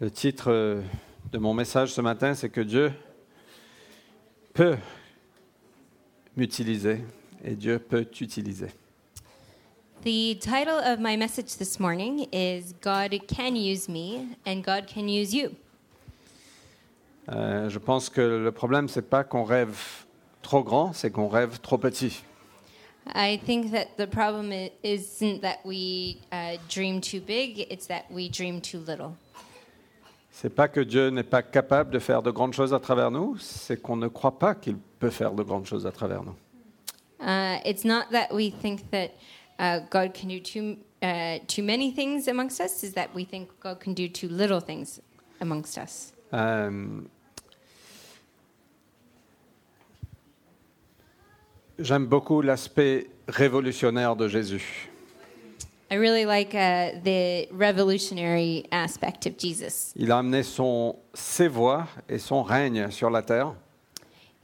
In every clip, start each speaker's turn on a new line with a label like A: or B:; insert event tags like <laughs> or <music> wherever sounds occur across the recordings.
A: Le titre euh, de mon message ce matin, c'est que Dieu peut m'utiliser et Dieu peut t'utiliser.
B: The title of my message this morning is God Can Use Me and God Can Use You.
A: Euh, je pense que le problème, c'est pas qu'on rêve trop grand, c'est qu'on rêve trop petit.
B: I think that the problem i- isn't that we uh, dream too big, it's that we dream too little.
A: C'est pas que Dieu n'est pas capable de faire de grandes choses à travers nous, c'est qu'on ne croit pas qu'il peut faire de grandes choses à travers nous.
B: Uh, it's not that we think that uh, God can do too, uh, too many things amongst us, is that we think God can do too little things amongst us.
A: Euh, J'aime beaucoup l'aspect révolutionnaire de Jésus.
B: I really like uh, the revolutionary aspect of Jesus.
A: Il a amené son, ses voies et son règne sur la terre.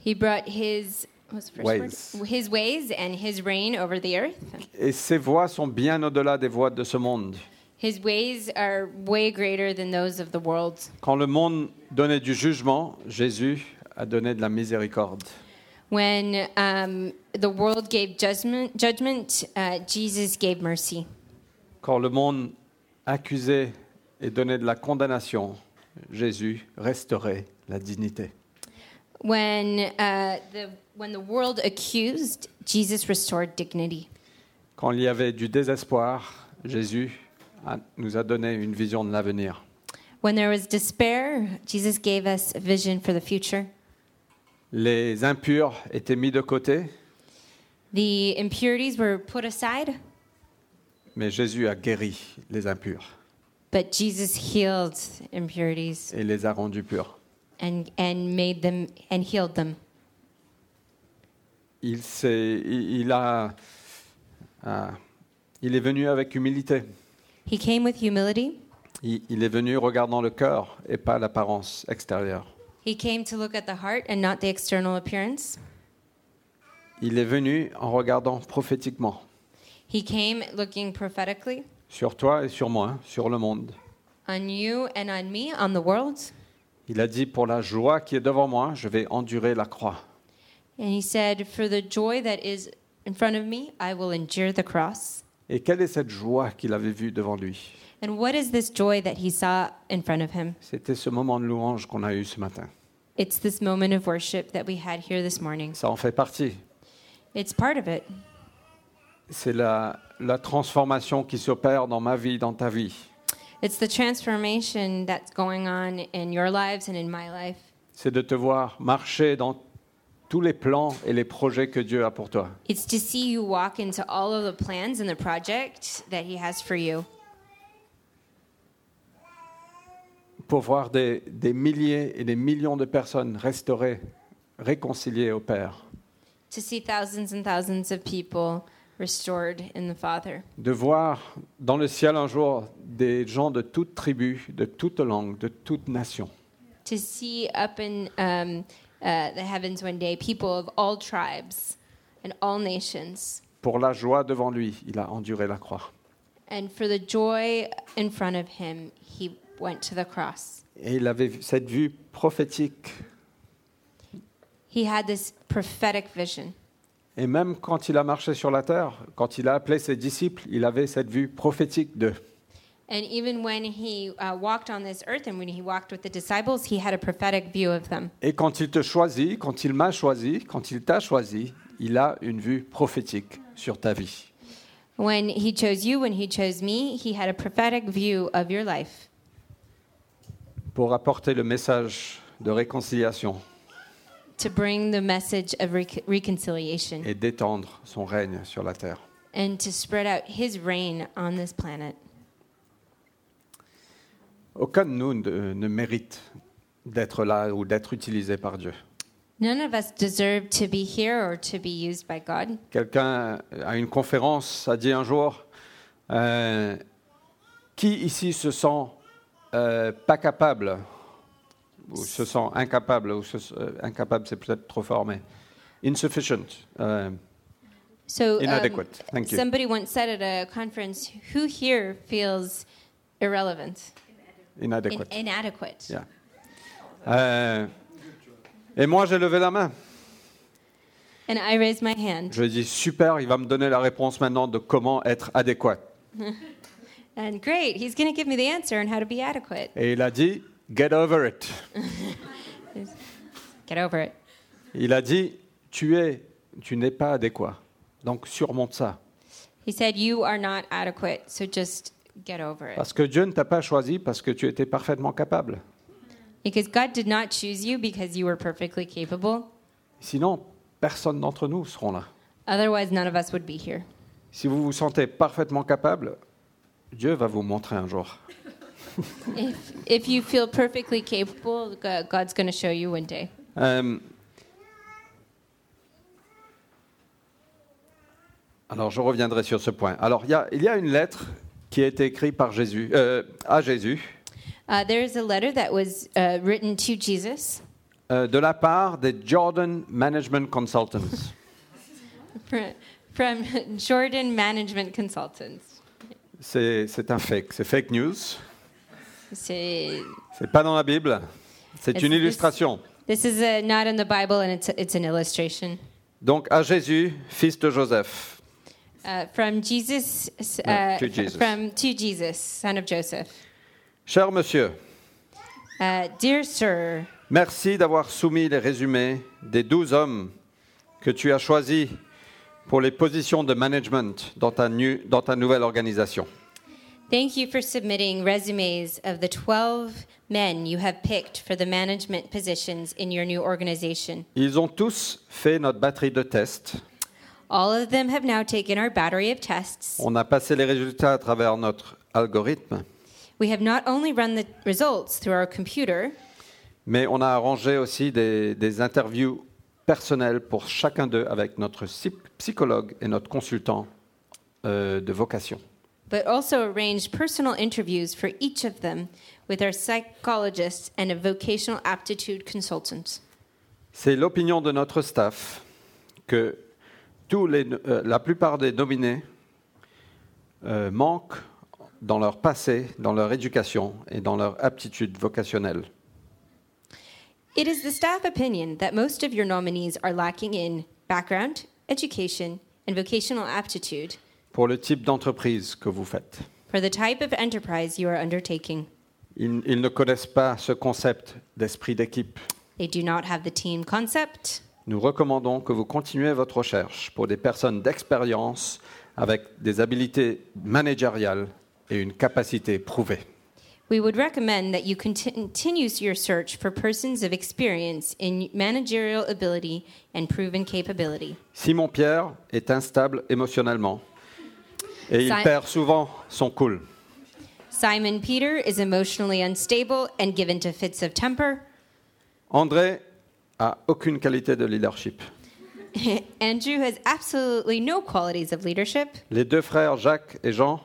B: He brought his what's the first
A: Ways.
B: Word? his ways and his reign over the earth.
A: Et ses voies sont bien au-delà des voies de ce monde.
B: His ways are way greater than those of the world.
A: Quand le monde donnait du jugement, Jésus a donné de la miséricorde.
B: When um, the world gave judgment, judgment, uh, Jesus gave mercy.
A: Quand le monde accusait et donnait de la condamnation, Jésus restaurait la dignité.
B: When uh, the when the world accused, Jesus restored dignity.
A: Quand il y avait du désespoir, Jésus a- nous a donné une vision de l'avenir.
B: When there was despair, Jesus gave us a vision for the future.
A: Les impurs étaient mis de côté,
B: The impurities were put aside,
A: mais Jésus a guéri les impurs
B: but Jesus healed impurities.
A: et les a rendus purs.
B: and and made them and healed them.
A: Il, s'est- il, il a, ah, il est venu avec humilité.
B: He came with humility.
A: Il, il est venu regardant le cœur et pas l'apparence extérieure.
B: He came to look at the heart and not the external appearance.
A: Il est venu en regardant prophétiquement
B: He came looking prophetically
A: sur toi et sur moi, sur le monde.
B: on you and on me, on the world.
A: Il a dit, pour la joie qui est devant moi, je vais endurer la croix.
B: And he said, For the joy that is in front of me, I will endure the cross.
A: Et quelle est cette joie qu'il avait vue devant lui
B: And what is this joy that he saw in front of him?
A: C'était ce moment de louange qu'on a eu ce matin.
B: It's this moment of worship that we had here this morning.
A: Ça en fait partie.
B: It's part of it.
A: C'est la, la transformation qui s'opère dans ma vie, dans ta vie.
B: It's the transformation that's going on in your lives and in my life.
A: C'est de te voir marcher dans tous les plans et les projets que Dieu a pour toi.
B: It's to see you walk into all of the plans and the project that he has for you.
A: Pour voir des, des milliers et des millions de personnes restaurées, réconciliées au Père.
B: To see thousands and thousands of people restored in the Father.
A: De voir dans le ciel un jour des gens de toute tribu, de toute langue, de toute nation.
B: To see up in um, uh, the heavens one day people of all tribes and all nations.
A: Pour la joie devant lui, il a enduré la croix.
B: And for the joy in front of him, he went to the cross.
A: Et il avait cette vue prophétique.
B: He had this prophetic vision.
A: Et même quand il a marché sur la terre, quand il a appelé ses disciples, il avait cette vue prophétique d'eux.
B: And even when he uh, walked on this earth and when he walked with the disciples, he had a prophetic view of them.
A: Et quand il te choisit, quand il m'a choisi, quand il t'a choisi, il a une vue prophétique sur ta vie.
B: When he chose you, when he chose me, he had a prophetic view of your life
A: Pour apporter le message de réconciliation
B: to bring the message of rec reconciliation
A: et d'étendre son règne sur la terre.
B: and to spread out his reign on this planet.
A: Aucun de nous ne, ne mérite d'être là ou d'être utilisé par Dieu.
B: None of us deserve to be here or to be used by God.
A: Quelqu'un à une conférence a dit un jour euh, Qui ici se sent euh, pas capable Ou se sent incapable ou se- euh, Incapable, c'est peut-être trop fort, mais insufficient, euh,
B: So, um,
A: inadequate. Thank you.
B: somebody once said at a conference, Who here feels irrelevant? in-
A: inadequate.
B: inadequate.
A: Yeah. Euh, et moi, j'ai levé la main.
B: And I raised my hand
A: Je lui ai dit, super, il va me donner la réponse maintenant de comment être adéquat.
B: and great, he's going to give me the answer on how to be adequate.
A: Et il a dit, get over it.
B: Get over it.
A: Il a dit, tu es, tu n'es pas adéquat. Donc surmonte ça.
B: He said, You are not adequate, so just get over it.
A: Parce que Dieu ne t'a pas choisi parce que tu étais parfaitement capable.
B: Because God did not choose you because you were perfectly capable.
A: Sinon, personne d'entre nous seront là.
B: Otherwise, none of us would be here.
A: Si vous vous sentez parfaitement capable, Dieu va vous montrer un jour.
B: If, if you feel perfectly capable, Go- God's going to show you one day.
A: Euh, Alors, je reviendrai sur ce point. Alors, il y a, il y a une lettre qui a été écrite par Jésus, euh, à Jésus
B: Uh, there is a letter that was uh, written to Jesus
A: euh, de la part des Jordan Management
B: <laughs>
A: Consultants.
B: fr- from Jordan Management Consultants.
A: C'est c'est un fake, c'est fake news.
B: C'est-
A: C'est pas dans la Bible. C'est
B: Est-ce
A: une
B: que-
A: illustration.
B: This is uh not in the Bible, and it's, it's an illustration.
A: Donc à Jésus, fils de Joseph.
B: Uh, from Jesus,
A: No,
B: uh,
A: to Jesus.
B: from to Jesus, son of Joseph.
A: Cher monsieur,
B: Uh, dear sir,
A: merci d'avoir soumis les résumés des douze hommes que tu as choisis pour les positions de management dans ta, nu- dans ta nouvelle organisation.
B: thank you for submitting resumes of the 12 men you have picked for the management positions in your new organization.
A: Ils ont tous fait notre batterie de tests.
B: All of them have now taken our battery of tests.
A: On a passé les résultats à travers notre algorithme,
B: We have not only run the results through our computer,
A: mais on a arrangé aussi des, des interviews personnelles pour chacun d'eux avec notre psy- psychologue et notre consultant euh, de vocation.
B: but also arranged personal interviews for each of them with our psychologists and a vocational aptitude consultant.
A: C'est l'opinion de notre staff que tous les- euh, la plupart des nominés euh, manquent dans leur passé, dans leur éducation et dans leur aptitude vocationnelle.
B: It is the staff opinion that most of your nominees are lacking in background, education, and vocational aptitude
A: Pour le type d'entreprise que vous faites,
B: for the type of enterprise you are undertaking.
A: ils, ils ne connaissent pas ce concept d'esprit d'équipe.
B: They do not have the team concept.
A: Nous recommandons que vous continuez votre recherche pour des personnes d'expérience avec des habilités managériales et une capacité prouvée.
B: We would recommend that you conti- continue your search for persons of experience in managerial ability and proven capability.
A: Simon Pierre est instable émotionnellement et il
B: Ça-
A: perd souvent son cool.
B: Simon Peter is emotionally unstable and given to fits of temper.
A: André a aucune qualité de leadership.
B: Andrew has absolutely no qualities of leadership.
A: Les deux frères Jacques et Jean,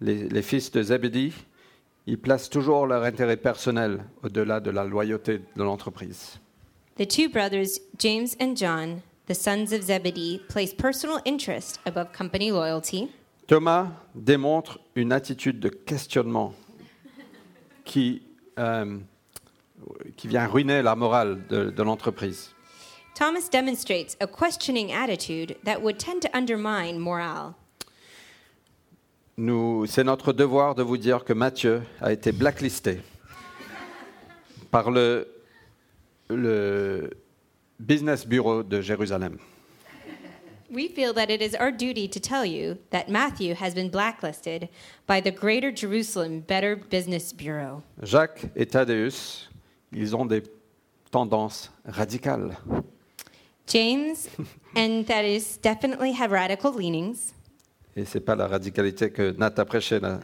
A: les, les fils de Zébédie, ils placent toujours leur intérêt personnel au-delà de la loyauté de l'entreprise.
B: The two brothers, James and John, the sons of Zebedee, place personal interest above company loyalty.
A: Thomas démontre une attitude de questionnement qui, euh, qui vient ruiner la morale de- de l'entreprise.
B: Thomas demonstrates a questioning attitude that would tend to undermine morale.
A: Nous- c'est notre devoir de vous dire que Mathieu a été blacklisté par le, le Business Bureau de Jérusalem.
B: We feel that it is our duty to tell you that Matthew has been blacklisted by the Greater Jerusalem Better Business Bureau.
A: Jacques et Thaddeus, ils ont des tendances radicales.
B: James and Thaddeus definitely have radical leanings.
A: Et ce n'est pas la radicalité que Nat a prêchée. là.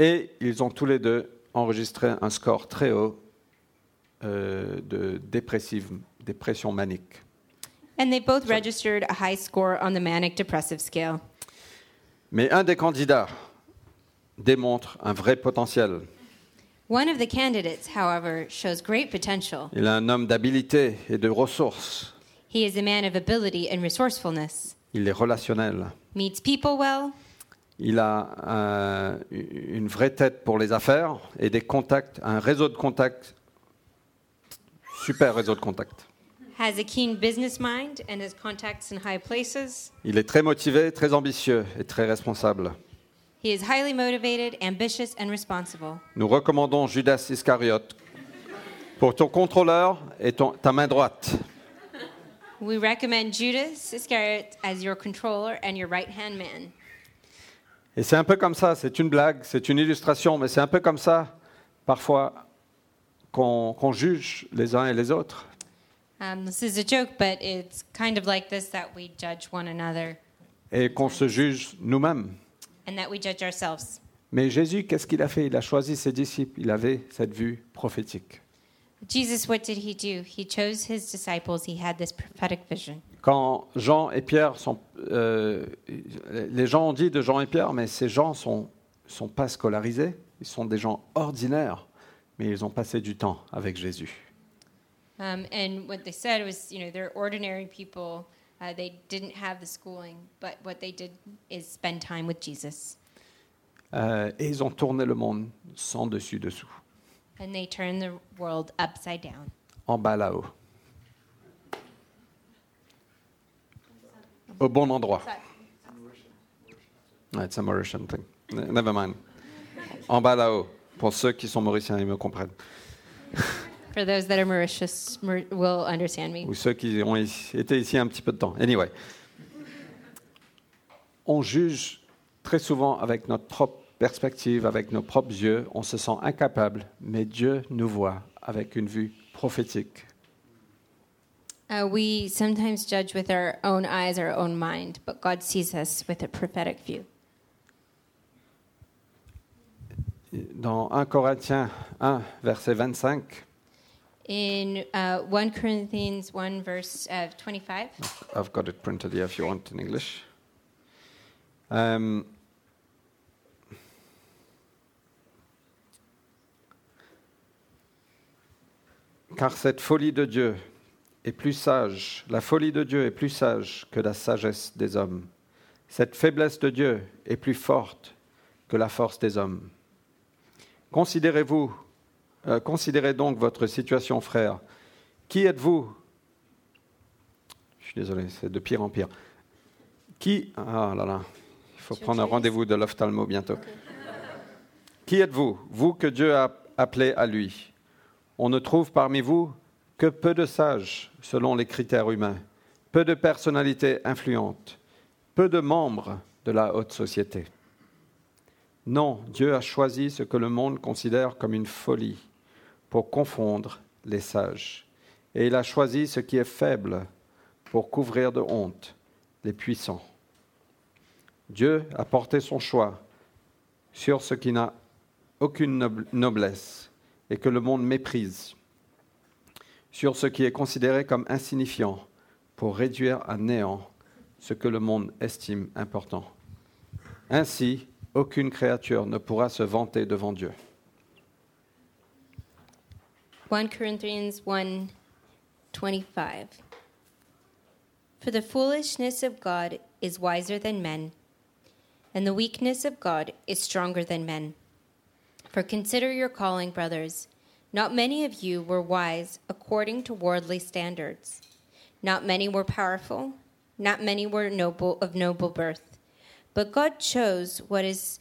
A: Et ils ont tous les deux enregistré un score très haut euh, de dépressive- dépression manique.
B: And they both registered a high score on the manic depressive scale.
A: Mais un des candidats démontre un vrai potentiel.
B: One of the candidates, however, shows great potential.
A: Il est un homme d'habilité et de ressources.
B: He is a man of ability and resourcefulness,
A: Il est relationnel.
B: meets people well,
A: Il a euh, une vraie tête pour les affaires et des contacts, un réseau de contacts, super réseau de contacts.
B: has a keen business mind, and has contacts in high places.
A: Il est très motivé, très ambitieux et très responsable.
B: He is highly motivated, ambitious, and responsible.
A: Nous recommandons Judas Iscariote pour ton contrôleur et ton- ta main droite.
B: We recommend Judas Iscariot as your controller and your right hand man.
A: Et c'est un peu comme ça, c'est une blague, c'est une illustration, mais c'est un peu comme ça, parfois, qu'on qu'on juge les uns et les autres.
B: Um, this is a joke, but it's kind of like this that we judge one another
A: et qu'on se juge nous-mêmes.
B: and that we judge ourselves.
A: Mais Jésus, qu'est-ce qu'il a fait Il a choisi ses disciples, il avait cette vue prophétique.
B: Jesus, what did he do? He chose his disciples, he had this prophetic vision.
A: Quand Jean et Pierre sont... euh, les gens ont dit de Jean et Pierre, mais ces gens ne sont, sont pas scolarisés, ils sont des gens ordinaires, mais ils ont passé du temps avec Jésus.
B: Um, and what they said was, you know, they're ordinary people. Uh, they didn't have the schooling, but what they did is spend time with Jesus.
A: Euh, et ils ont tourné le monde sans dessus-dessous,
B: And they turned the world upside down.
A: en bas là-haut. Au bon endroit. Ah, It's a Mauritian thing. Ne- Never mind. En bas là-haut, pour ceux qui sont mauriciens, ils me comprennent.
B: For those that are Mauritius Maur- will understand me.
A: Ou ceux qui ont ici- été ici un petit peu de temps. Anyway. On juge très souvent avec notre propre perspective, avec nos propres yeux. On se sent incapable, mais Dieu nous voit avec une vue prophétique.
B: Uh, we sometimes judge with our own eyes, our own mind, but God sees us with a prophetic view.
A: Dans 1 Corinthiens 1, verset 25,
B: In uh, 1 Corinthians 1, verse uh, 25,
A: I've got it printed here if you want in English. Um, car cette folie de Dieu est plus sage, la folie de Dieu est plus sage que la sagesse des hommes. Cette faiblesse de Dieu est plus forte que la force des hommes. Considérez-vous, euh, considérez donc votre situation, frère. Qui êtes-vous je suis désolé, c'est de pire en pire. Qui Ah là là, il faut
B: Tu veux
A: prendre un
B: que je lise
A: rendez-vous de l'ophtalmo bientôt. Qui êtes-vous Vous que Dieu a appelé à lui. On ne trouve parmi vous que peu de sages selon les critères humains, peu de personnalités influentes, peu de membres de la haute société. Non, Dieu a choisi ce que le monde considère comme une folie pour confondre les sages. Et il a choisi ce qui est faible pour couvrir de honte les puissants. Dieu a porté son choix sur ce qui n'a aucune noble- noblesse et que le monde méprise, sur ce qui est considéré comme insignifiant pour réduire à néant ce que le monde estime important. Ainsi, aucune créature ne pourra se vanter devant Dieu.
B: 1 Corinthians 1, 25. For the foolishness of God is wiser than men, and the weakness of God is stronger than men. For consider your calling, brothers. Not many of you were wise according to worldly standards. Not many were powerful. Not many were noble of noble birth. But God chose what is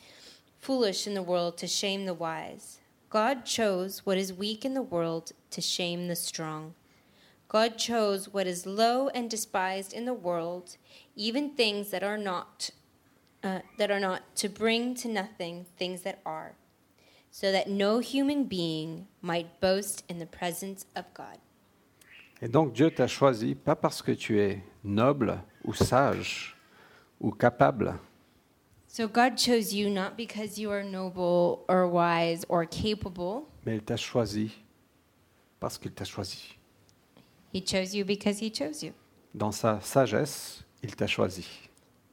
B: foolish in the world to shame the wise. God chose what is weak in the world to shame the strong. God chose what is low and despised in the world, even things that are not uh, that are not to bring to nothing things that are, so that no human being might boast in the presence of God.
A: Et donc Dieu t'a choisi pas parce que tu es noble ou sage ou capable,
B: So God chose you not because you are noble or wise or capable.
A: mais il t'a choisi parce qu'il t'a choisi.
B: He chose you because he chose you.
A: Dans sa sagesse, il t'a choisi.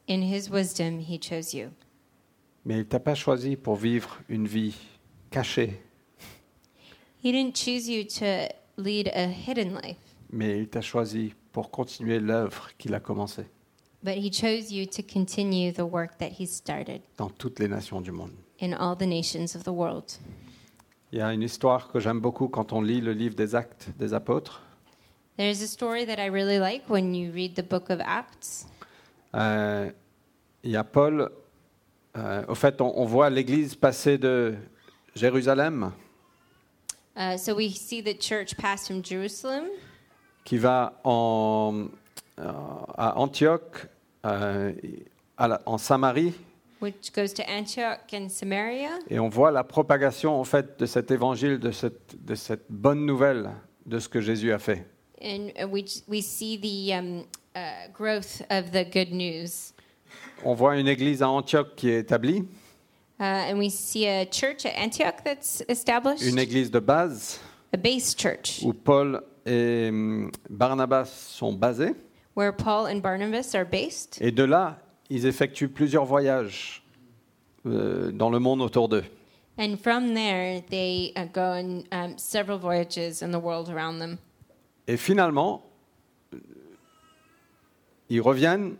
B: In his wisdom, he chose you.
A: Mais il t'a pas choisi pour vivre une vie cachée,
B: He didn't choose you to lead a hidden life,
A: mais il t'a choisi pour continuer l'œuvre qu'il a commencée.
B: But he chose you to continue the work that he started
A: dans toutes les nations du monde.
B: in all the nations of the world.
A: Il y a une histoire que j'aime beaucoup quand on lit le livre des actes des apôtres.
B: There's a story that I really like when you read the book of Acts.
A: Euh, il y a Paul. euh, au fait, on, on voit l'Église passer de Jérusalem,
B: Uh, so we see the church pass from Jerusalem
A: qui va en, euh, à Antioche, euh, à la- en Samarie,
B: which goes to Antioch and Samaria.
A: et on voit la propagation en fait de cet évangile, de cette, de cette bonne nouvelle de ce que Jésus a fait.
B: And uh, we, j- we see the um, uh, growth of the good news.
A: On voit une église à Antioche qui est établie,
B: Uh, and we see a church at Antioch that's established,
A: une église de base
B: a base church,
A: où Paul et hum, Barnabas sont basés,
B: where Paul and Barnabas are based.
A: et de là, ils effectuent plusieurs voyages euh, dans le monde autour d'eux.
B: And from there, they uh, go on um, several voyages in the world around them.
A: Et finalement, euh, ils reviennent.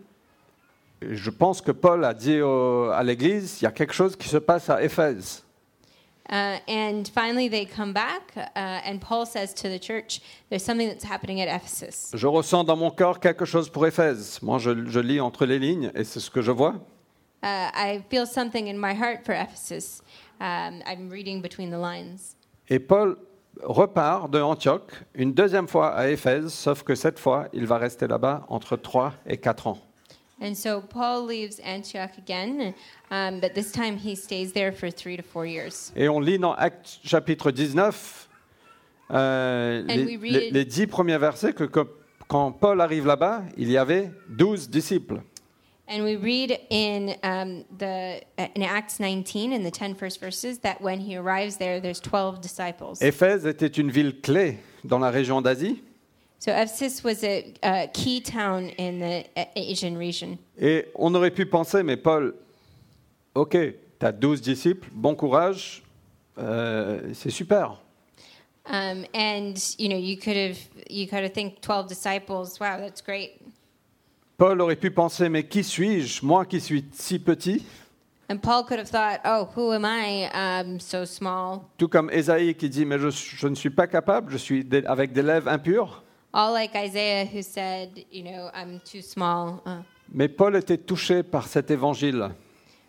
A: Et Je pense que Paul a dit au- à l'Église, il y a quelque chose qui se passe à Éphèse.
B: Uh, and finally, they come back, uh, and Paul says to the church, There's something that's happening at Ephesus.
A: Je ressens dans mon corps quelque chose pour Éphèse. Moi, je, je lis entre les lignes et c'est ce que je vois.
B: Uh, I feel something in my heart for Ephesus. Um, I'm reading between the lines.
A: Et Paul repart de Antioche une deuxième fois à Éphèse, sauf que cette fois, il va rester là-bas entre 3 et 4 ans.
B: And so Paul leaves Antioch again, um, but this time he stays there for three to four years.
A: Et on lit dans Actes chapitre 19, euh,
B: And
A: les,
B: we read-
A: les- les dix premiers versets, que, que- quand Paul arrive là-bas, il y avait douze disciples.
B: And we read in um, the uh, in Acts 19 in the 10 first verses that when he arrives there, there's 12 disciples.
A: Éphèse était une ville clé dans la région d'Asie,
B: so Ephesus was a, a key town in the uh, Asian region.
A: et on aurait pu penser, mais Paul, ok, tu as douze disciples, bon courage, euh, c'est super.
B: Um, and you know, you could have you could have think 12 disciples. Wow, that's great.
A: Paul aurait pu penser, mais qui suis-je, moi qui suis si petit
B: And Paul could have thought, oh, who am I? Um, so small.
A: Tout comme Ésaïe qui dit, mais je, je ne suis pas capable, je suis des- avec des lèvres impures.
B: All like Isaiah, who said, you know, I'm too small. Uh,
A: Mais Paul était touché par cet évangile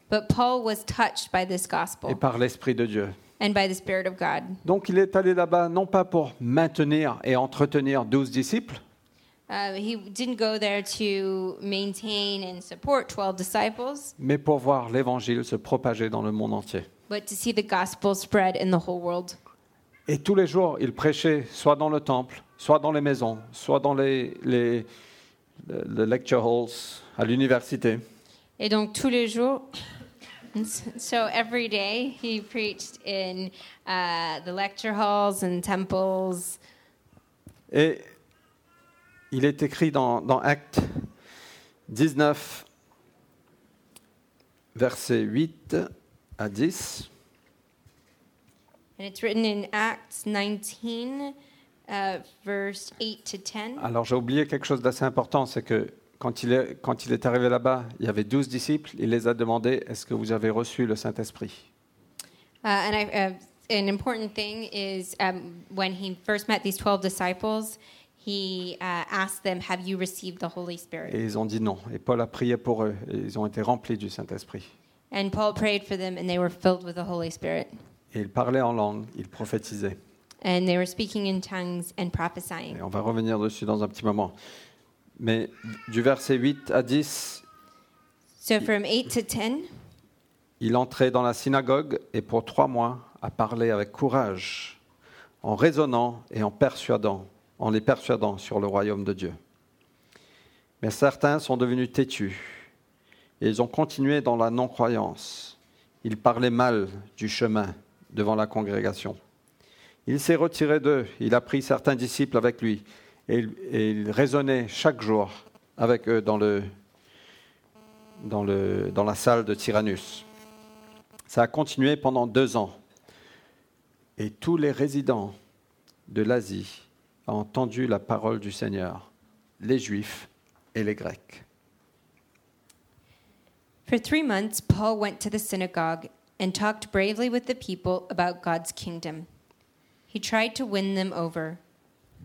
B: but Paul was touched by this
A: et
B: gospel
A: par l'Esprit de Dieu.
B: and by the Spirit of God.
A: Donc il est allé là-bas non pas pour maintenir et entretenir douze disciples,
B: Uh, he didn't go there to maintain and support 12 disciples,
A: mais pour voir l'évangile se propager dans le monde entier.
B: but to see the gospel spread in the whole world.
A: Et tous les jours, il prêchait soit dans le temple, soit dans les maisons, soit dans les, les, les lecture halls à l'université.
B: Et donc tous les jours, so every day he preached in uh, the lecture halls and temples.
A: Et il est écrit dans, dans Actes 19, versets 8 à 10.
B: And it's written in Acts 19, uh, verse 8 to 10.
A: Alors j'ai oublié quelque chose d'assez important, c'est que quand il est, quand il est arrivé là-bas, il y avait 12 disciples, il les a demandé, est-ce que vous avez reçu le Saint-Esprit
B: Uh, and I, uh, an important thing is um, when he first met these 12 disciples, he uh, asked them, Have you received the Holy Spirit?
A: Et ils ont dit non. Et Paul a prié pour eux, et ils ont été remplis du Saint-Esprit.
B: And Paul prayed for them, and they were filled with the Holy Spirit.
A: Et ils parlaient en langue, ils prophétisaient.
B: And they were speaking in tongues and
A: Et
B: prophesying.
A: on va revenir dessus dans un petit moment. Mais du verset 8 à 10,
B: So from 8 to 10,
A: Il entrait dans la synagogue et pour trois mois a parlé avec courage, en raisonnant et en persuadant, en les persuadant sur le royaume de Dieu. Mais certains sont devenus têtus et ils ont continué dans la non-croyance. Ils parlaient mal du chemin devant la congrégation. Il s'est retiré d'eux, il a pris certains disciples avec lui et, il- et il raisonnait chaque jour avec eux dans, le- dans le- dans la salle de Tyrannus. Ça a continué pendant deux ans. Et tous les résidents de l'Asie ont entendu la parole du Seigneur, les Juifs et les Grecs.
B: For three months, Paul went to the synagogue and talked bravely with the people about God's kingdom. He tried to win them over,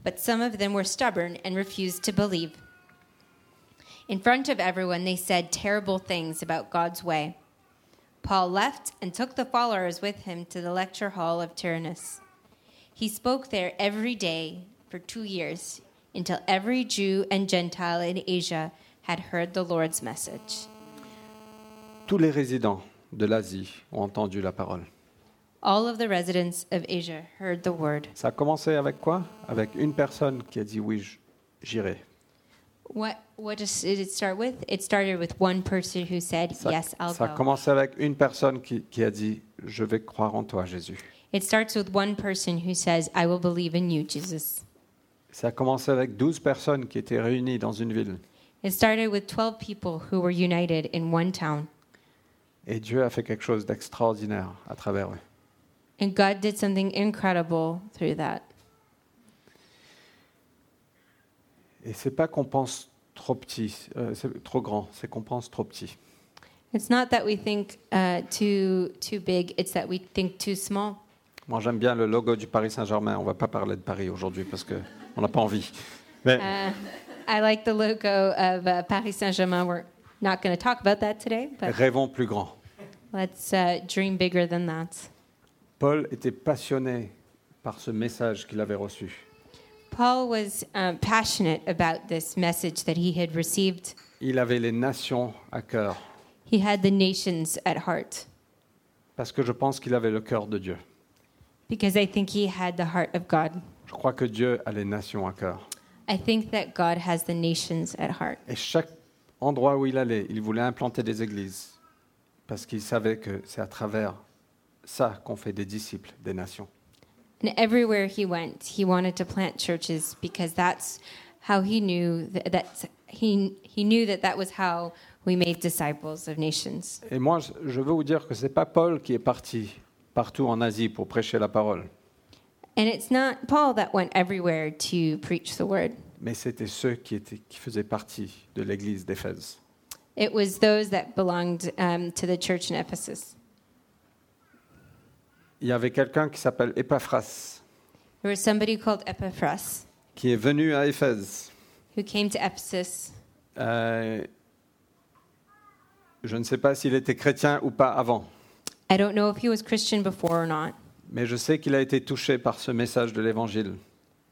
B: but some of them were stubborn and refused to believe. In front of everyone, they said terrible things about God's way. Paul left and took the followers with him to the lecture hall of Tyrannus. He spoke there every day for two years until every Jew and Gentile in Asia had heard the Lord's message.
A: Tous les résidents de l'Asie ont entendu la parole.
B: All of the residents of Asia heard the word.
A: Ça a commencé avec quoi Avec une personne qui a dit oui, j- j'irai.
B: What what does- did it start with? It started with one person who said,
A: Ça,
B: "Yes, I'll
A: ça a
B: go."
A: commencé avec une personne qui, qui a dit je vais croire en toi, Jésus.
B: It starts with one person who says, "I will believe in you, Jesus."
A: Ça a commencé avec 12 personnes qui étaient réunies dans une ville.
B: It started with 12 people who were united in one town,
A: Et Dieu a fait quelque chose d'extraordinaire à travers eux.
B: and God did something incredible through that.
A: Et c'est pas qu'on pense trop petit, euh, c'est trop grand, c'est qu'on pense trop petit.
B: It's not that we think uh, too too big; it's that we think too small.
A: Moi, j'aime bien le logo du Paris Saint-Germain. On va pas parler de Paris aujourd'hui parce que on n'a pas envie. Mais
B: Uh, I like the logo of uh, Paris Saint Germain. We're not going to talk about that today, but
A: rêvons plus grand.
B: let's uh, dream bigger than that.
A: Paul était passionné par ce message qu'il avait reçu.
B: Paul was um, passionate about this message that he had received.
A: Il avait les nations à cœur
B: He had the nations at heart
A: parce que je pense qu'il avait le cœur de Dieu.
B: because I think he had the heart of God.
A: Je crois que Dieu a les nations à cœur.
B: I think that God has the nations at heart.
A: Et chaque endroit où il allait, il voulait implanter des églises parce qu'il savait que c'est à travers ça qu'on fait des disciples des nations.
B: And everywhere he went, he wanted to plant churches because that's how he knew that that's, he, he knew that that was how we made disciples of nations.
A: Et moi, je- je veux vous dire que ce n'est pas Paul qui est parti partout en Asie pour prêcher la parole,
B: And it's not Paul that went everywhere to preach the word.
A: mais c'était ceux qui, étaient, qui faisaient partie de l'église d'Éphèse.
B: It was those that belonged um, to the church in Ephesus.
A: Il y avait quelqu'un qui s'appelle Épaphras,
B: There was somebody called Epaphras
A: qui est venu à Éphèse.
B: who came to Ephesus.
A: Euh, je ne sais pas s'il était chrétien ou pas avant,
B: I don't know if he was Christian before or not,
A: mais je sais qu'il a été touché par ce message de l'Évangile.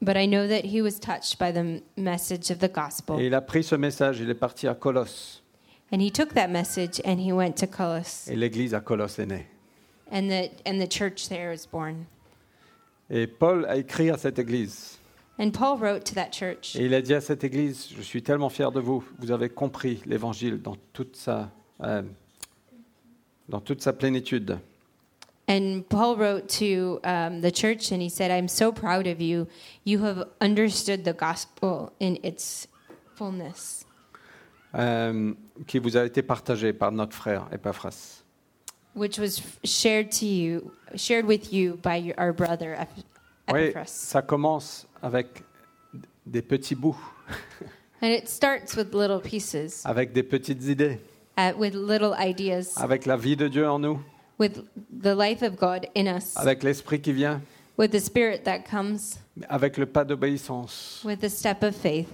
B: but I know that he was touched by the m- message of the gospel.
A: Et il a pris ce message, il est parti à Colosse.
B: And he took that message and he went to Colossus.
A: Et l'église à Colosse est née.
B: And the, and the church there was born.
A: Et Paul a écrit à cette église.
B: And Paul wrote to that church.
A: Et il a dit à cette église, je suis tellement fier de vous, vous avez compris l'évangile dans toute sa, euh, dans toute sa plénitude.
B: And Paul wrote to um, the church and he said, I'm so proud of you. You have understood the gospel in its fullness,
A: euh, qui vous a été partagé par notre frère Epaphras.
B: which was f- shared to you, shared with you by your, our brother Ep-
A: Oui,
B: Epaphras.
A: ça commence avec des petits bouts,
B: And it starts with little pieces,
A: avec des petites idées,
B: uh, with little ideas,
A: avec la vie de Dieu en nous,
B: with the life of God in us,
A: avec l'esprit qui vient,
B: with the spirit that comes,
A: avec le pas d'obéissance.
B: with the step of faith.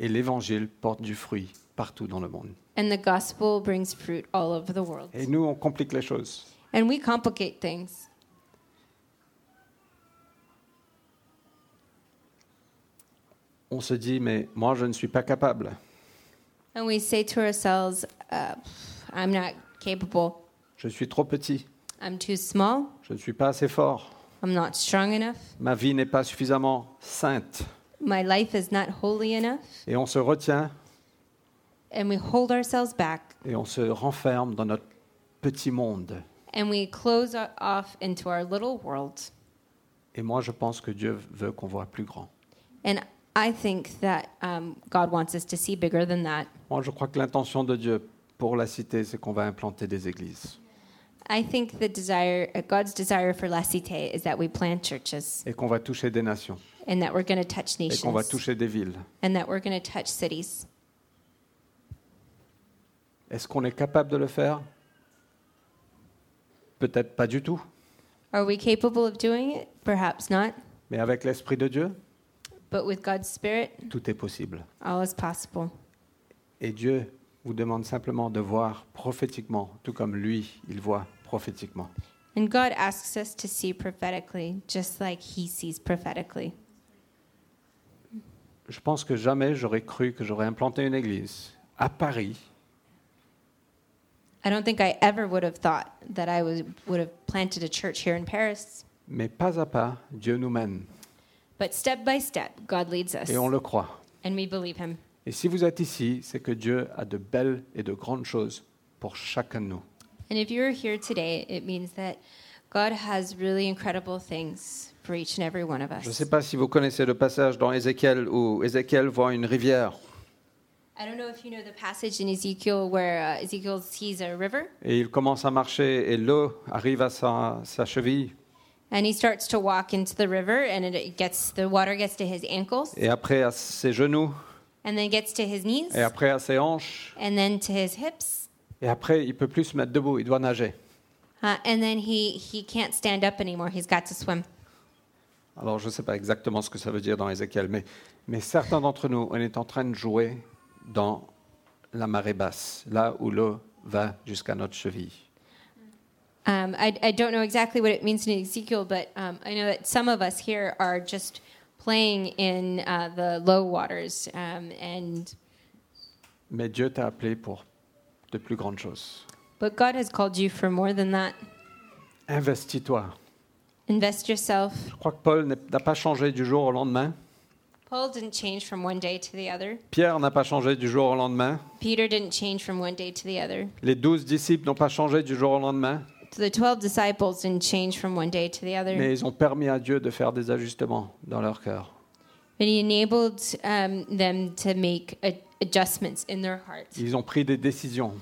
A: Et l'évangile porte du fruit partout dans le monde.
B: And the gospel brings fruit all over the world.
A: Et nous, on complique les choses.
B: And we complicate things.
A: On se dit, mais moi, je ne suis pas capable.
B: And we say to ourselves, uh, I'm not capable.
A: Je suis trop petit.
B: I'm too small.
A: Je ne suis pas assez fort.
B: I'm not strong enough.
A: Ma vie n'est pas suffisamment sainte.
B: My life is not holy enough.
A: Et on se retient
B: And we hold ourselves back
A: et on se renferme dans notre petit monde.
B: and we close o- off into our little world.
A: Et moi, je pense que Dieu veut qu'on voit plus grand.
B: And I think that um, God wants us to see bigger than that.
A: Moi, je crois que l'intention de Dieu pour la cité, c'est qu'on va implanter des églises
B: I think the desire, uh, God's desire for La Cité is that we plant churches
A: et qu'on va toucher des nations
B: and that we're going to touch
A: et qu'on va
B: nations
A: toucher des villes.
B: and that we're going to touch cities.
A: Est-ce qu'on est capable de le faire Peut-être pas du tout.
B: Are we capable of doing it? Perhaps not.
A: Mais avec l'Esprit de Dieu,
B: But with God's Spirit,
A: tout est possible.
B: all is possible.
A: Et Dieu vous demande simplement de voir prophétiquement, tout comme lui, il voit prophétiquement.
B: And God asks us to see prophetically, just like He sees prophetically.
A: Je pense que jamais j'aurais cru que j'aurais implanté une église à Paris
B: I don't think I ever would have thought that I was, would have planted a church here in Paris.
A: Mais pas à pas, Dieu nous mène.
B: But step by step, God leads us,
A: Et on le croit.
B: and we believe Him.
A: Et si vous êtes ici, c'est que Dieu a de belles et de grandes choses pour chacun de nous.
B: And if you're here today, it means that God has really incredible things for each and every one of
A: Je ne
B: us.
A: sais pas si vous connaissez le passage dans Ézéchiel où Ézéchiel voit une rivière
B: I don't know if you know the passage in Ezekiel where uh, Ezekiel sees a river
A: et il commence à marcher et l'eau arrive à sa, sa cheville.
B: and he starts to walk into the river and it- it gets the water gets to his ankles
A: Et après à ses genoux,
B: and then gets to his knees
A: et après à ses hanches,
B: and then to his hips
A: et après il peut plus se mettre debout, il doit nager.
B: uh, and then he he can't stand up anymore. He's got to swim.
A: Alors je ne sais pas exactement ce que ça veut dire dans Ézéchiel, mais, mais certains d'entre nous, on est en train de jouer dans la marée basse, là où l'eau va jusqu'à notre cheville.
B: Um, I, I don't know exactly what it means in Ezekiel, but um, I know that some of us here are just playing in uh, the low waters, um, and
A: Mais Dieu t'a appelé pour de plus grandes choses.
B: but God has called you for more than that.
A: Investis-toi.
B: Invest yourself.
A: Je crois que Paul n'est- n'a pas changé du jour au lendemain.
B: Paul didn't change from one day to the other.
A: Pierre n'a pas changé du jour au lendemain.
B: Peter didn't change from one day to the other.
A: Les douze disciples n'ont pas changé du jour au lendemain.
B: So the twelve disciples didn't change from one day to the other.
A: Mais ils ont permis à Dieu de faire des ajustements dans leur cœur.
B: But he enabled um, them to make a- adjustments in their hearts.
A: Ils ont pris des décisions.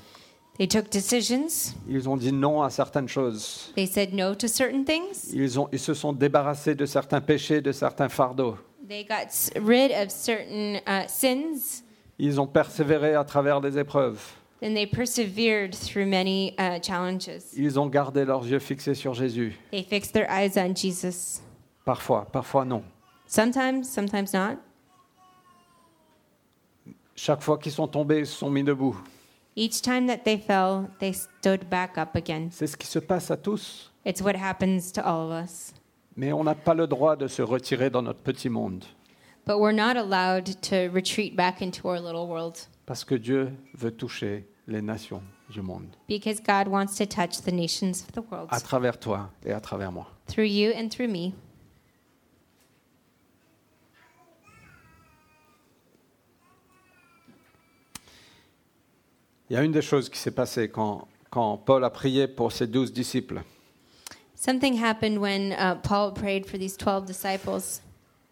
B: They took decisions.
A: Ils ont dit non à certaines choses.
B: They said no to certain things.
A: Ils, ont- ils se sont débarrassés de certains péchés, de certains fardeaux.
B: They got s- rid of certain uh, sins,
A: Ils ont persévéré à travers des épreuves.
B: and they persevered through many uh, challenges.
A: Ils ont gardé leurs yeux fixés sur Jésus.
B: They fixed their eyes on Jesus.
A: Parfois, parfois non.
B: Sometimes, sometimes not.
A: Chaque fois qu'ils sont tombés, ils se sont mis debout.
B: Each time that they fell, they stood back up again.
A: C'est ce qui se passe à tous.
B: It's what happens to all of us.
A: Mais on n'a pas le droit de se retirer dans notre petit monde.
B: But we're not allowed to retreat back into our little world
A: Parce que Dieu veut toucher les nations du monde.
B: because God wants to touch the nations of the world
A: À travers toi et à travers moi.
B: through you and through me.
A: Il y a une des choses qui s'est passée quand, quand Paul a prié pour ses douze disciples.
B: Something happened when uh, Paul prayed for these 12 disciples.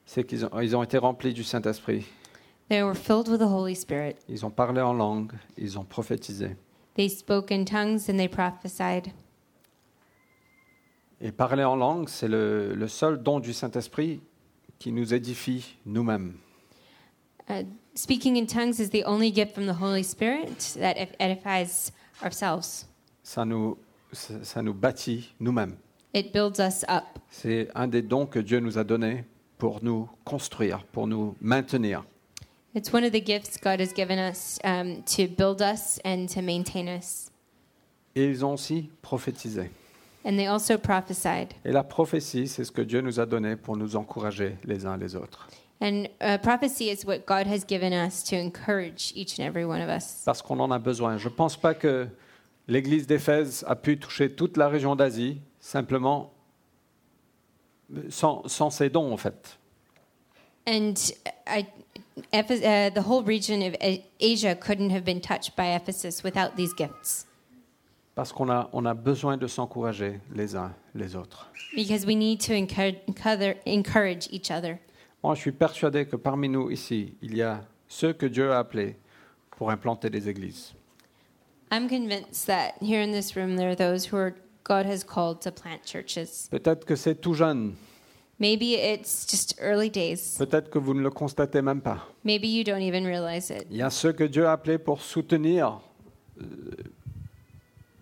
A: C'est qu'ils ont, ils ont été remplis du Saint-Esprit.
B: They were filled with the Holy Spirit.
A: Ils ont parlé en langue, ils ont prophétisé.
B: They spoke in tongues and they prophesied.
A: Et parler en langue, c'est le, le seul don du Saint-Esprit qui nous édifie nous-mêmes.
B: Uh, speaking in tongues is the only gift from the Holy Spirit that ed- edifies ourselves.
A: Ça nous, ça ça nous bâtit nous-mêmes.
B: It builds us up.
A: C'est un des dons que Dieu nous a donné pour nous construire, pour nous maintenir.
B: It's one of the gifts God has given us um, to build us and to maintain us.
A: Et ils ont aussi prophétisé.
B: And they also prophesied.
A: Et la prophétie, c'est ce que Dieu nous a donné pour nous encourager les uns les autres.
B: And uh, prophecy is what God has given us to encourage each and every one of us.
A: Parce qu'on en a besoin. Je ne pense pas que l'Église d'Éphèse a pu toucher toute la région d'Asie simplement euh, sans, sans ces dons, en fait.
B: And I, Ephes- uh, the whole region of A- Asia couldn't have been touched by Ephesus without these gifts
A: Parce qu'on a, on a besoin de s'encourager les uns les autres.
B: because we need to encour- encour- encourage each other.
A: Moi, je suis persuadé que parmi nous ici, il y a ceux que Dieu a appelés pour implanter des églises.
B: I'm convinced that here in this room there are those who are God has called to plant churches.
A: Peut-être que c'est tout jeune,
B: Maybe it's just early days.
A: peut-être que vous ne le constatez même pas.
B: Maybe you don't even realize it.
A: Il y a ceux que Dieu a appelés pour soutenir euh,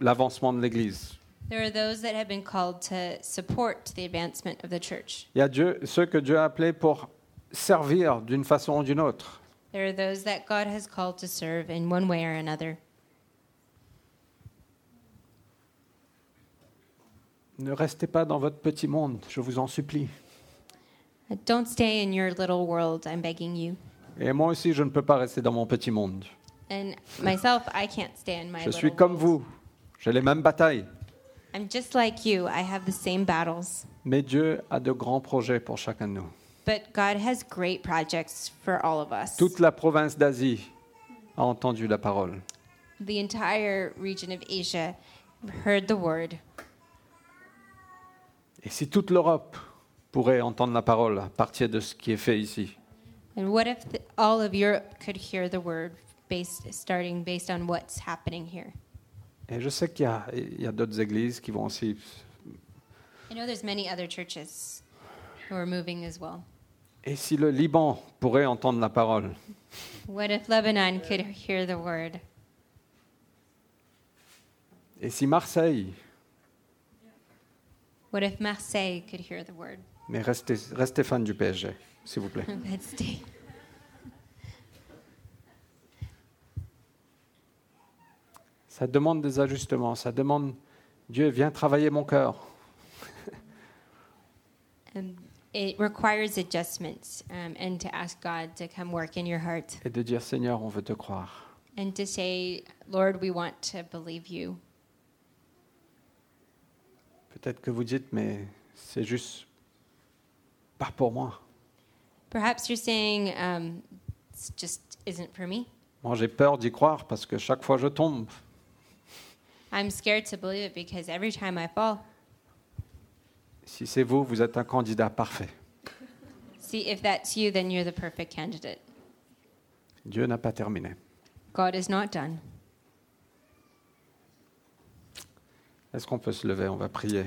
A: l'avancement de l'Église.
B: There are those that have been called to support the advancement of the church.
A: Il y a Dieu, ceux que Dieu a appelés pour servir d'une façon ou d'une autre.
B: There are those that God has called to serve in one way or another.
A: Ne restez pas dans votre petit monde, je vous en supplie.
B: Don't stay in your little world, I'm begging you.
A: Et moi aussi, je ne peux pas rester dans mon petit monde.
B: And myself, I can't stay in my
A: Je
B: little
A: suis comme
B: world.
A: vous, j'ai les mêmes batailles.
B: I'm just like you. I have the same battles.
A: Mais Dieu a de grands projets pour chacun de nous.
B: But God has great projects for all of us.
A: Toute la province d'Asie a entendu la parole.
B: the entire region of Asia heard the word.
A: Et si toute l'Europe pourrait entendre la parole à partir de ce qui est fait ici,
B: And what if the, all of Europe could hear the word based starting based on what's happening here?
A: et je sais qu'il y a, il y a d'autres églises qui vont aussi.
B: I know there's many other churches who are moving as well.
A: Et si le Liban pourrait entendre la parole,
B: What if Lebanon could hear the word?
A: et si Marseille,
B: What if Marseille could hear the word? <laughs>
A: mais restez, restez fan du PSG, s'il vous plaît.
B: Let's stay.
A: Ça demande des ajustements, ça demande Dieu, viens travailler mon cœur.
B: Um, it requires adjustments um, and to ask God to come work in your heart
A: Et de dire Seigneur, on veut te croire.
B: and to say, Lord, we want to believe you.
A: Peut-être que vous dites, mais c'est juste pas pour moi.
B: Perhaps you're saying, um, this just isn't for me.
A: Moi, j'ai peur d'y croire parce que chaque fois je tombe.
B: I'm scared to believe it because every time I fall,
A: Si c'est vous, vous êtes un candidat parfait.
B: see, if that's you, then you're the perfect candidate.
A: Dieu n'a pas terminé.
B: God is not done.
A: Est-ce qu'on peut se lever On va prier.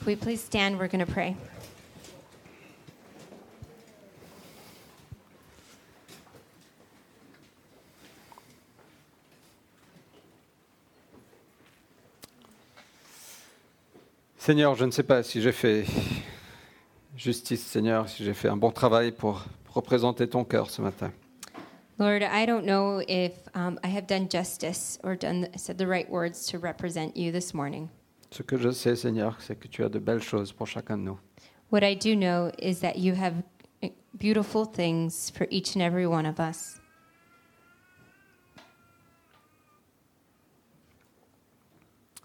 B: If we please stand, we're going to pray.
A: Seigneur, je ne sais pas si j'ai fait justice, Seigneur, si j'ai fait un bon travail pour représenter ton cœur ce matin.
B: Lord, I don't know if um, I have done justice or done said the right words to represent you this morning.
A: Ce que je sais, Seigneur, c'est que tu as de belles choses pour chacun de nous.
B: What I do know is that you have eh, beautiful things for each and every one of us.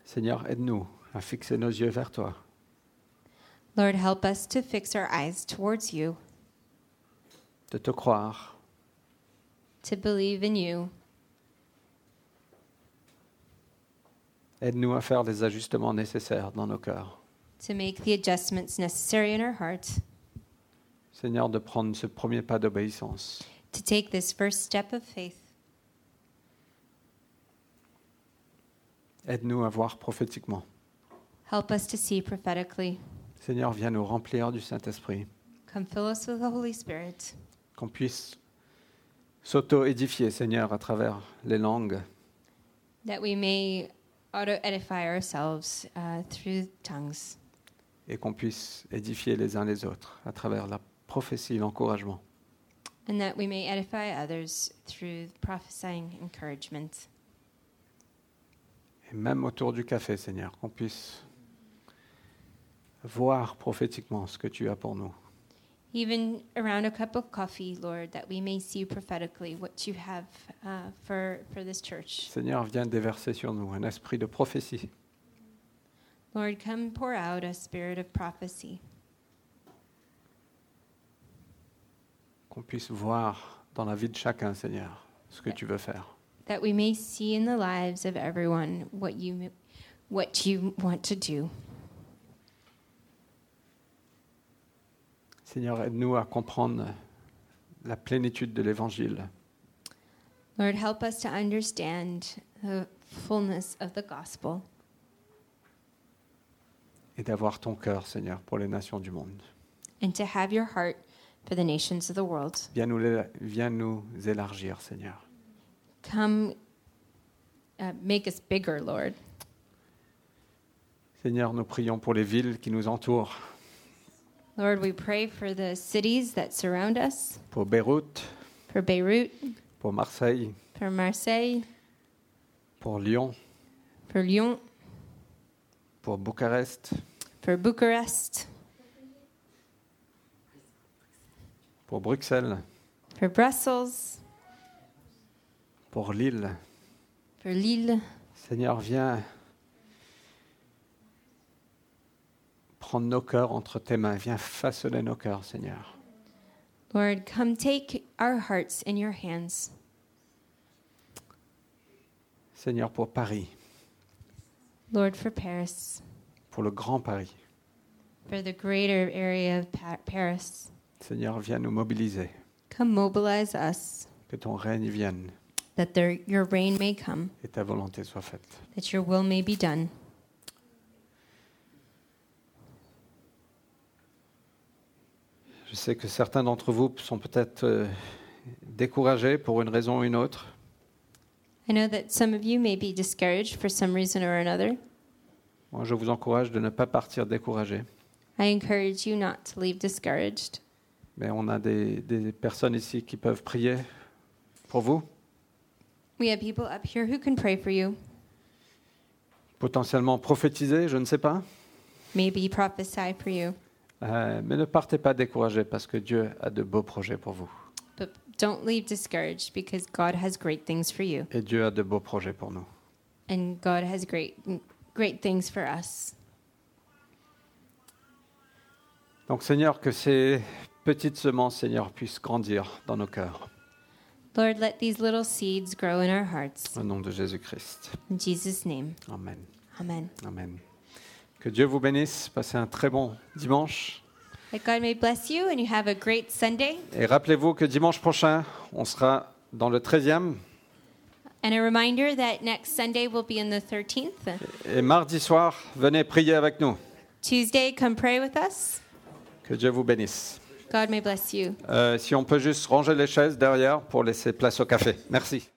A: Seigneur, aide-nous à fixer nos yeux vers toi.
B: Lord, help us to fix our eyes towards you,
A: de te croire,
B: to believe in you.
A: aide-nous à faire les ajustements nécessaires dans nos cœurs.
B: to make the adjustments necessary in our heart
A: Seigneur, de prendre ce premier pas d'obéissance.
B: to take this first step of faith.
A: Aide-nous à voir prophétiquement.
B: Help us to see prophetically.
A: Seigneur, viens nous remplir du Saint-Esprit,
B: Come fill us with the Holy Spirit,
A: qu'on puisse s'auto-édifier, Seigneur, à travers les langues,
B: that we may auto edify ourselves uh, through tongues,
A: et qu'on puisse édifier les uns les autres à travers la prophétie, l'encouragement.
B: and that we may edify others through prophesying encouragement.
A: Et même autour du café, Seigneur, qu'on puisse voir prophétiquement ce que tu as pour nous.
B: Even around a cup of coffee, Lord, that we may see prophetically what you have uh, for, for this church.
A: Seigneur, viens déverser sur nous un esprit de prophétie.
B: Lord, come pour out a spirit of prophecy.
A: qu'on puisse voir dans la vie de chacun, Seigneur, ce que tu veux faire.
B: that we may see in the lives of everyone what you what you want to do.
A: Seigneur, aide-nous à comprendre la plénitude de l'Évangile,
B: Lord, help us to understand the fullness of the gospel
A: et d'avoir ton cœur, Seigneur, pour les nations du monde.
B: and to have your heart for the nations of the world.
A: Viens nous, l'é- viens nous élargir, Seigneur.
B: Come uh, make us bigger, Lord.
A: Seigneur, nous prions pour les villes qui nous entourent,
B: Lord, we pray for the cities that surround us,
A: pour Beyrouth,
B: for Beirut,
A: pour Marseille,
B: for Marseille,
A: pour Lyon,
B: for Lyon,
A: pour Bucarest,
B: for Bucharest,
A: pour Bruxelles,
B: for Brussels,
A: pour Lille.
B: for Lille.
A: Seigneur, viens prendre nos cœurs entre tes mains, viens façonner nos cœurs, Seigneur.
B: Lord, come take our hearts in your hands.
A: Seigneur, pour Paris,
B: Lord, for Paris,
A: pour le grand Paris.
B: for the greater area of Pa- Paris,
A: Seigneur, viens nous mobiliser,
B: come mobilize us
A: que ton règne vienne
B: that there, your reign may come,
A: et ta volonté soit faite.
B: that your will may be done.
A: Je sais que certains d'entre vous sont peut-être euh, découragés pour une raison ou une autre.
B: I know that some of you may be discouraged for some reason or another.
A: Moi, je vous encourage de ne pas partir découragés.
B: I encourage you not to leave discouraged.
A: Mais on a des, des personnes ici qui peuvent prier pour vous.
B: We have people up here who can pray for you,
A: potentiellement prophétiser, je ne sais pas.
B: maybe prophesy for you,
A: Euh, mais ne partez pas découragés parce que Dieu a de beaux projets pour vous.
B: but don't leave discouraged because God has great things for you
A: Et Dieu a de beaux projets pour nous.
B: and God has great great things for us.
A: Donc Seigneur, que ces petites semences, Seigneur, puissent grandir dans nos cœurs.
B: Lord, let these little seeds grow in our hearts.
A: Au nom de Jésus-Christ.
B: In Jesus' name.
A: Amen.
B: Amen.
A: Amen. Que Dieu vous bénisse. Passez un très bon dimanche.
B: That God may bless you and you have a great Sunday.
A: Et rappelez-vous que dimanche prochain, on sera dans le 13e.
B: And a reminder that next Sunday will be in the 13th.
A: Et mardi soir, venez prier avec nous.
B: Tuesday, come pray with us.
A: Que Dieu vous bénisse.
B: God may bless you.
A: Euh, si on peut juste ranger les chaises derrière pour laisser place au café. Merci.